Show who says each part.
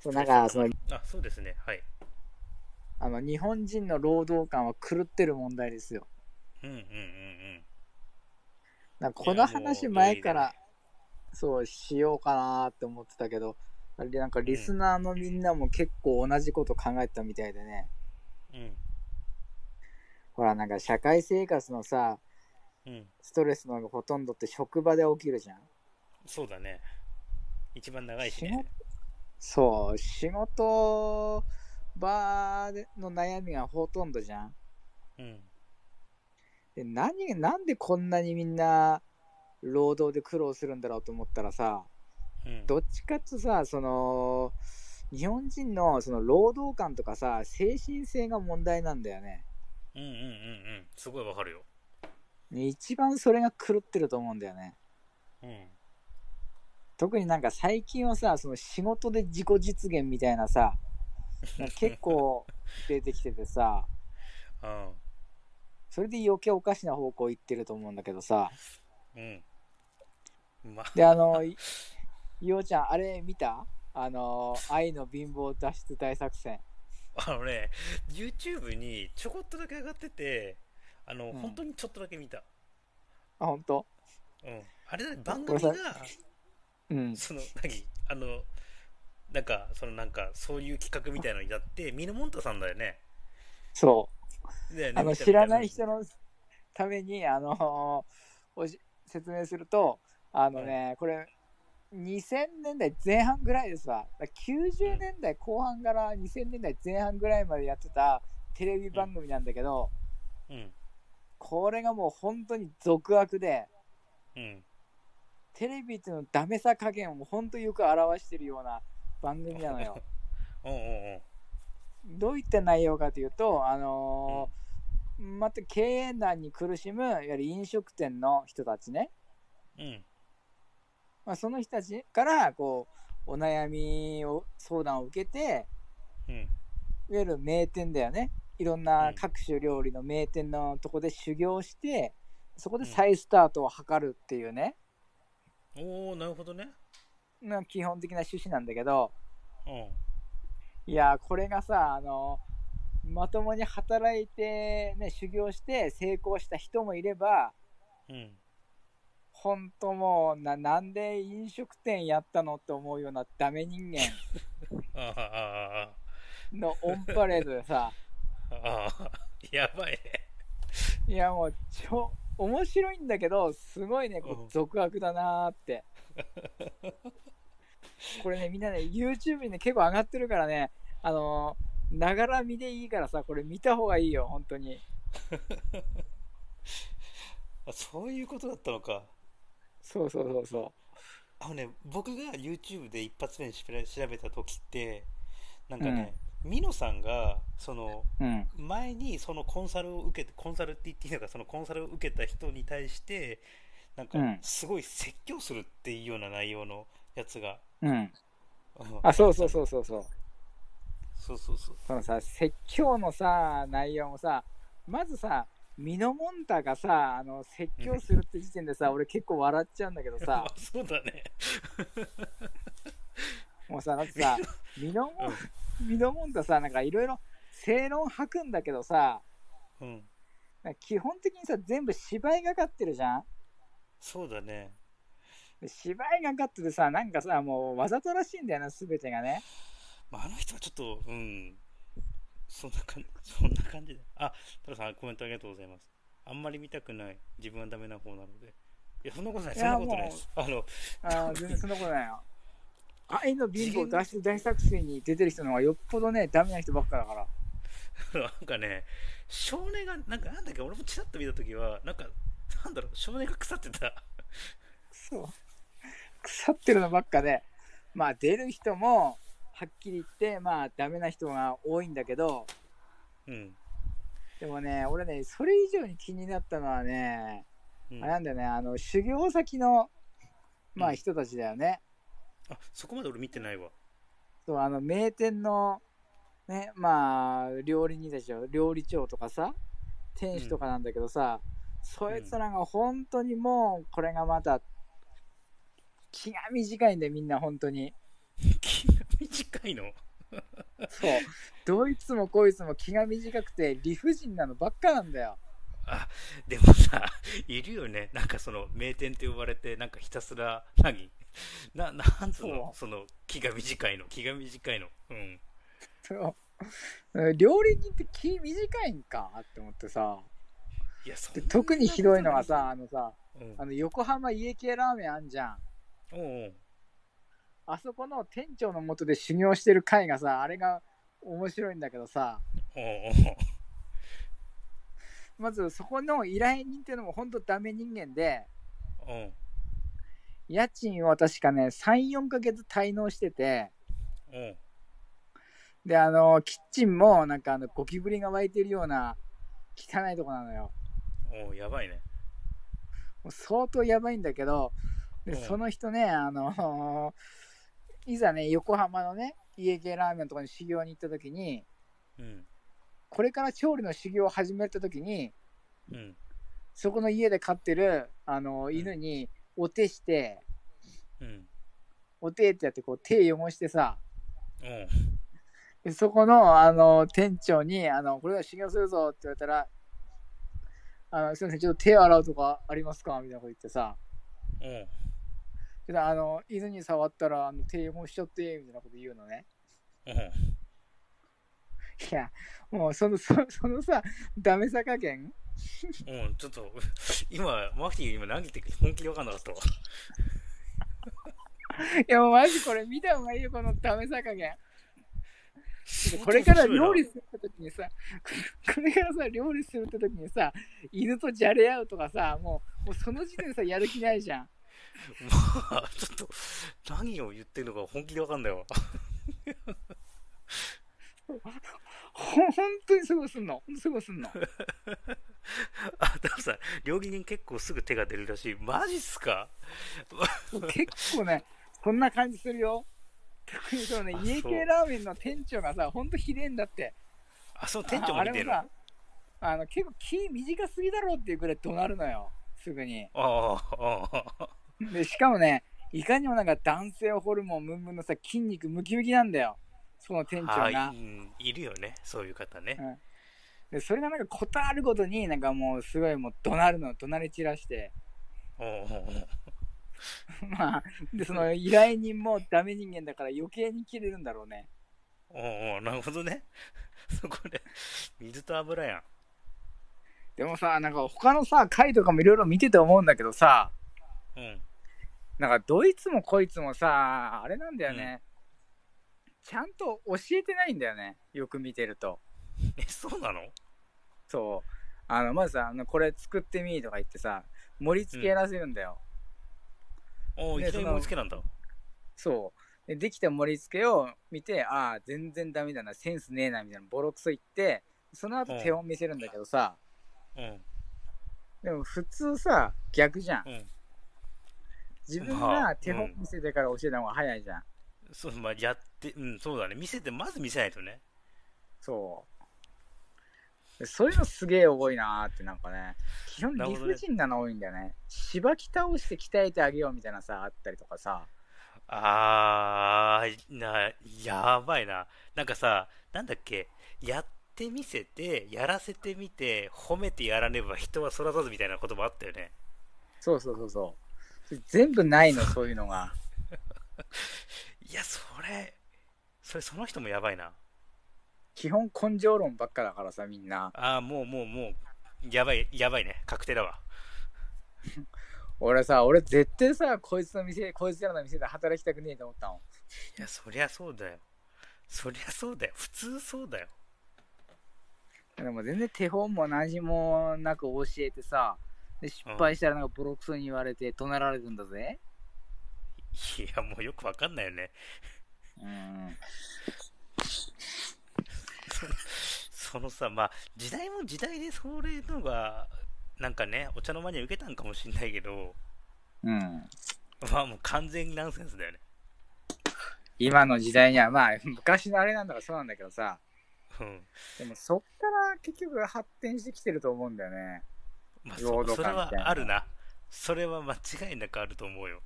Speaker 1: そうなんかその
Speaker 2: あ、そうですね。はい。
Speaker 1: あの日本人の労働観は狂ってる問題ですよ。
Speaker 2: うんうんうんうん。
Speaker 1: なんかこの話前からそうしようかなって思ってたけど、あれなんかリスナーのみんなも結構同じこと考えてたみたいでね、
Speaker 2: うん
Speaker 1: ほらなんか社会生活のさ、
Speaker 2: うん。
Speaker 1: ストレスのほとんどって職場で起きるじゃん。
Speaker 2: そうだね。一番長いしね。
Speaker 1: そう、仕事場での悩みがほとんどじゃん。
Speaker 2: うん。
Speaker 1: で何なんでこんなにみんな労働で苦労するんだろうと思ったらさ、
Speaker 2: うん。
Speaker 1: どっちかっつうとさその日本人のその労働感とかさ精神性が問題なんだよね
Speaker 2: うんうんうんうん。すごいわかるよ。
Speaker 1: 一番それが狂ってると思うんだよね
Speaker 2: うん。
Speaker 1: 特になんか最近はさその仕事で自己実現みたいなさなんか結構出てきててさ
Speaker 2: あ
Speaker 1: それで余計おかしな方向行ってると思うんだけどさ
Speaker 2: ーうん。まあ、
Speaker 1: であのいいおちゃんあれ見たあの愛の貧乏脱出大作戦
Speaker 2: あのね、YouTube にちょこっとだけ上がってて、あの、
Speaker 1: うん
Speaker 2: 本当にちょっとだけ見た。
Speaker 1: あ本当
Speaker 2: うん。あれだね、番組が、
Speaker 1: うん
Speaker 2: その、何あの、なんか、そのなんか、そういう企画みたいなのになって、ミノモンタさんだよね。
Speaker 1: そう
Speaker 2: だよね
Speaker 1: あの
Speaker 2: 見た
Speaker 1: 知らない人
Speaker 2: 見
Speaker 1: のためにあのおし説明するとあのね、これ2000年代前半ぐらいですわだから90年代後半から2000年代前半ぐらいまでやってたテレビ番組なんだけど、
Speaker 2: たうん。
Speaker 1: これがもう本当に俗悪で
Speaker 2: うん。
Speaker 1: テレビっていうのダメさ加減を本当によく表してるような番組なの よ
Speaker 2: うんうんうん。
Speaker 1: どういった内容かというとあのーまた経営難に苦しむいわゆる飲食店の人たちね
Speaker 2: うん。
Speaker 1: まあ、その人たちからこうお悩みを相談を受けて
Speaker 2: うん。
Speaker 1: いわゆる名店だよねいろんな各種料理の名店のとこで修行してそこで再スタートを図るっていうね、
Speaker 2: おおなるほどね。
Speaker 1: まあ基本的な趣旨なんだけど
Speaker 2: うん。
Speaker 1: いやーこれがさあのまともに働いて、ね、修行して成功した人もいれば
Speaker 2: うん。
Speaker 1: 本当もうななんで飲食店やったのって思うようなダメ人間
Speaker 2: ああ、あ
Speaker 1: のオンパレードでさ
Speaker 2: あ、ああ、やばいね。
Speaker 1: いやもう超面白いんだけどすごいねこ
Speaker 2: うん
Speaker 1: う俗悪だなー ってこれねみんなね YouTube にね結構上がってるからねあのーながら見でいいからさこれ見た方がいいよ本当に
Speaker 2: あそういうことだったのか。
Speaker 1: そうそうそうそ
Speaker 2: あのね、僕が YouTube で一発目にしべら調べた時って、なんかね、ミノさんが、その、
Speaker 1: ううん
Speaker 2: 前にそのコンサルを受けて、コンサルって言っていいのか、そのコンサルを受けた人に対して、なんか
Speaker 1: うん、
Speaker 2: すごい説教するっていうような内容のやつが。
Speaker 1: うん
Speaker 2: うん
Speaker 1: あそうそうそうそうそう
Speaker 2: そうそうそう。
Speaker 1: そのさ説教のさ内容もさまずさミノモンタがさあの説教するって時点でさ俺結構笑っちゃうんだけどさ
Speaker 2: そうだね。
Speaker 1: もうさなんかさミノモンミノモンタさなんかいろいろ正論吐くんだけどさ
Speaker 2: うん。うん。
Speaker 1: なんか基本的にさ全部芝居がかってるじゃん
Speaker 2: そうだね。
Speaker 1: で芝居がかっててさなんかさもうわざとらしいんだよな全てがね
Speaker 2: まあ、あの人はちょっと、うん、そんな感じ、そんな感じで。あ、太郎さん、コメントありがとうございます。あんまり見たくない。自分はダメな方なので。いや、そんなことない、
Speaker 1: い
Speaker 2: そんな
Speaker 1: や
Speaker 2: ことないです。あの、
Speaker 1: あー全然そんなことないよ愛の貧乏脱出大作戦に出てる人の方がよっぽどねダメな人ばっかだから
Speaker 2: なんかね、少年が、なんか、なんだっけ、俺もちらっと見たときは、なんか、なんだろう、少年が腐ってた。
Speaker 1: そう腐ってるのばっかでまあ出る人もはっきり言ってまあダメな人が多いんだけど
Speaker 2: うん。
Speaker 1: でもね俺ねそれ以上に気になったのはね
Speaker 2: うん
Speaker 1: あれなんだよね、あの修行先の、ま
Speaker 2: う
Speaker 1: あ、
Speaker 2: ん
Speaker 1: 人たちだよね。
Speaker 2: あ、そこまで俺見てないわ。
Speaker 1: そうあの名店の、ねまあ、料理人たちよ料理長とかさ店主とかなんだけどさ、そいつらが本当にもうこれがまた気が短いんでみんな本当に
Speaker 2: 気が短いの
Speaker 1: そう。どいつもこいつも気が短くて理不尽なのばっかなんだよ。
Speaker 2: あでもさいるよねなんかその名店って呼ばれてなんかひたすら何ななんつうのその気が短いの気が短いのうん
Speaker 1: そう料理人って気短いんかって思ってさ。
Speaker 2: いやそん
Speaker 1: で
Speaker 2: な
Speaker 1: 特にひどいのがさ、あのさ、
Speaker 2: うん
Speaker 1: あの横浜家系ラーメンあんじゃん。
Speaker 2: おうおう
Speaker 1: あそこの店長のもとで修行してる回がさ、あれが面白いんだけどさ、
Speaker 2: おう
Speaker 1: まずそこの依頼人っていうのも本当ダメ人間で、
Speaker 2: おうおう
Speaker 1: 家賃を確かね、3、4ヶ月滞納してて、
Speaker 2: おう
Speaker 1: で、あの、キッチンもなんかあの、ゴキブリが湧いてるような汚いとこなのよ。
Speaker 2: おうやばいね
Speaker 1: もう相当やばいんだけど、で、
Speaker 2: うん
Speaker 1: その人ね、あの、いざね、横浜のね、家系ラーメンのとこに修行に行った時に、
Speaker 2: うん
Speaker 1: これから調理の修行を始めた時に
Speaker 2: うん
Speaker 1: そこの家で飼ってるあの犬にお手して、
Speaker 2: うん
Speaker 1: お手ってやってこう手汚してさ
Speaker 2: おう
Speaker 1: でそこのあの店長にあの「これから修行するぞ」って言われたら「あのすいませんちょっと手洗うとかありますか?」みたいなこと言ってさ
Speaker 2: おう
Speaker 1: 「ちょっとあの犬に触ったらあの手汚しちゃって」みたいなこと言うのね。
Speaker 2: おう
Speaker 1: いやもうそのそそのさダメさ加減
Speaker 2: うん、ちょっと、 今、マフティー今何言ってるか本気で分かんなかったわ。
Speaker 1: いやもうマジこれ見た方がいいよこのダメさ加減。これから料理するって時にさ、これからさ、料理するって時にさ、犬とじゃれ合うとかさ、もう、もうその時点でさ、やる気ないじゃん。
Speaker 2: まあ、 ちょっと、何を言ってるのか本気で分かんないわ。
Speaker 1: ほん本当にすぐすんの。ほんとすぐすんの。
Speaker 2: あ、でもさ、料理人結構すぐ手が出るらしい。マジっすか
Speaker 1: 結構ね、こんな感じするよ。特にそのね
Speaker 2: あ、
Speaker 1: 家
Speaker 2: そう
Speaker 1: 系ラーメンの店長がさ、ほんとひでえんだって。
Speaker 2: あ、その店長
Speaker 1: ああ
Speaker 2: も
Speaker 1: れ
Speaker 2: 見て
Speaker 1: も
Speaker 2: るのあ
Speaker 1: さ、あの、結構気短すぎだろっていうくらい怒鳴るのよ。すぐに。
Speaker 2: あ、ああ、
Speaker 1: で、しかもね、いかにもなんか男性ホルモンムンムンのさ、筋肉ムキムキなんだよ。その店長が
Speaker 2: は。い、うんいるよね、そういう方ね。
Speaker 1: でそれがなんかことあるごとになんかもうすごいもう怒鳴るの怒鳴り散らして
Speaker 2: おうおうおう
Speaker 1: まあでその依頼人もダメ人間だから余計に切れるんだろうね
Speaker 2: おうおうなるほどね。 そこで、水と油やん。
Speaker 1: でもさなんか他のさ回とかもいろいろ見てて思うんだけどさ
Speaker 2: うん。
Speaker 1: なんかどいつもこいつもさあれなんだよね、ちゃんと教えてないんだよねよく見てると
Speaker 2: え、そうなの
Speaker 1: そうあのまずさあのこれ作ってみーとか言ってさ盛り付けやらせるんだよ、
Speaker 2: おうい
Speaker 1: ね
Speaker 2: きなり
Speaker 1: その
Speaker 2: 思いつけなんだ。
Speaker 1: そう。でできた盛り付けを見て、ああ、全然ダメだな、センスねえな、みたいな、ボロクソ言って、その後
Speaker 2: うん
Speaker 1: 手を見せるんだけどさ、
Speaker 2: うん。
Speaker 1: でも普通さ、逆じゃん
Speaker 2: う。ん。
Speaker 1: 自分
Speaker 2: ま
Speaker 1: が
Speaker 2: あ
Speaker 1: 手本見せてから教えた方が早いじゃん。
Speaker 2: そう、まあ、やって、うん、そうだね。見せて、まず見せないとね。
Speaker 1: そう。でそういうのすげえ多いなーって、なんかね、基本
Speaker 2: なる
Speaker 1: 理
Speaker 2: ほど
Speaker 1: 不
Speaker 2: ね
Speaker 1: 尽なの多いんだよね。しばき倒して鍛えてあげようみたいなさ、あったりとかさ、
Speaker 2: あー、な、やばいな。なんかさ、なんだっけ、やってみせて、やらせてみて、褒めてやらねば人は育たずみたいな言葉あったよね。
Speaker 1: そうそうそうそう。全部ないの、そういうのが。
Speaker 2: いや、それ、それその人もやばいな。
Speaker 1: 基本根性論ばっかだからさ、みんな。
Speaker 2: あー、もうもうもう、やばい、やばいね。確定だわ。
Speaker 1: 俺さ、俺絶対さ、こいつの店、こいつらの店で働きたくねえと思ったもん。
Speaker 2: いや、そりゃそうだよ。そりゃそうだよ。普通そうだよ。
Speaker 1: でも全然手本も何もなく教えてさ、で失敗したらなんかボロクソに言われて怒鳴られるんだぜ。
Speaker 2: いや、もうよくわかんないよね。
Speaker 1: うん。
Speaker 2: そのさ、まあ、時代も時代でそれのが、なんかね、お茶の間には受けたんかもしんないけど、
Speaker 1: うん。
Speaker 2: まあもう完全にナンセンスだよね。
Speaker 1: 今の時代には、まあ、昔のあれなんだからそうなんだけどさ、
Speaker 2: うん。
Speaker 1: でもそっから結局発展してきてると思うんだよね。
Speaker 2: まあ
Speaker 1: 労働
Speaker 2: そ、それ
Speaker 1: 感みたいな
Speaker 2: はあるな。それは間違いなくあると思うよ。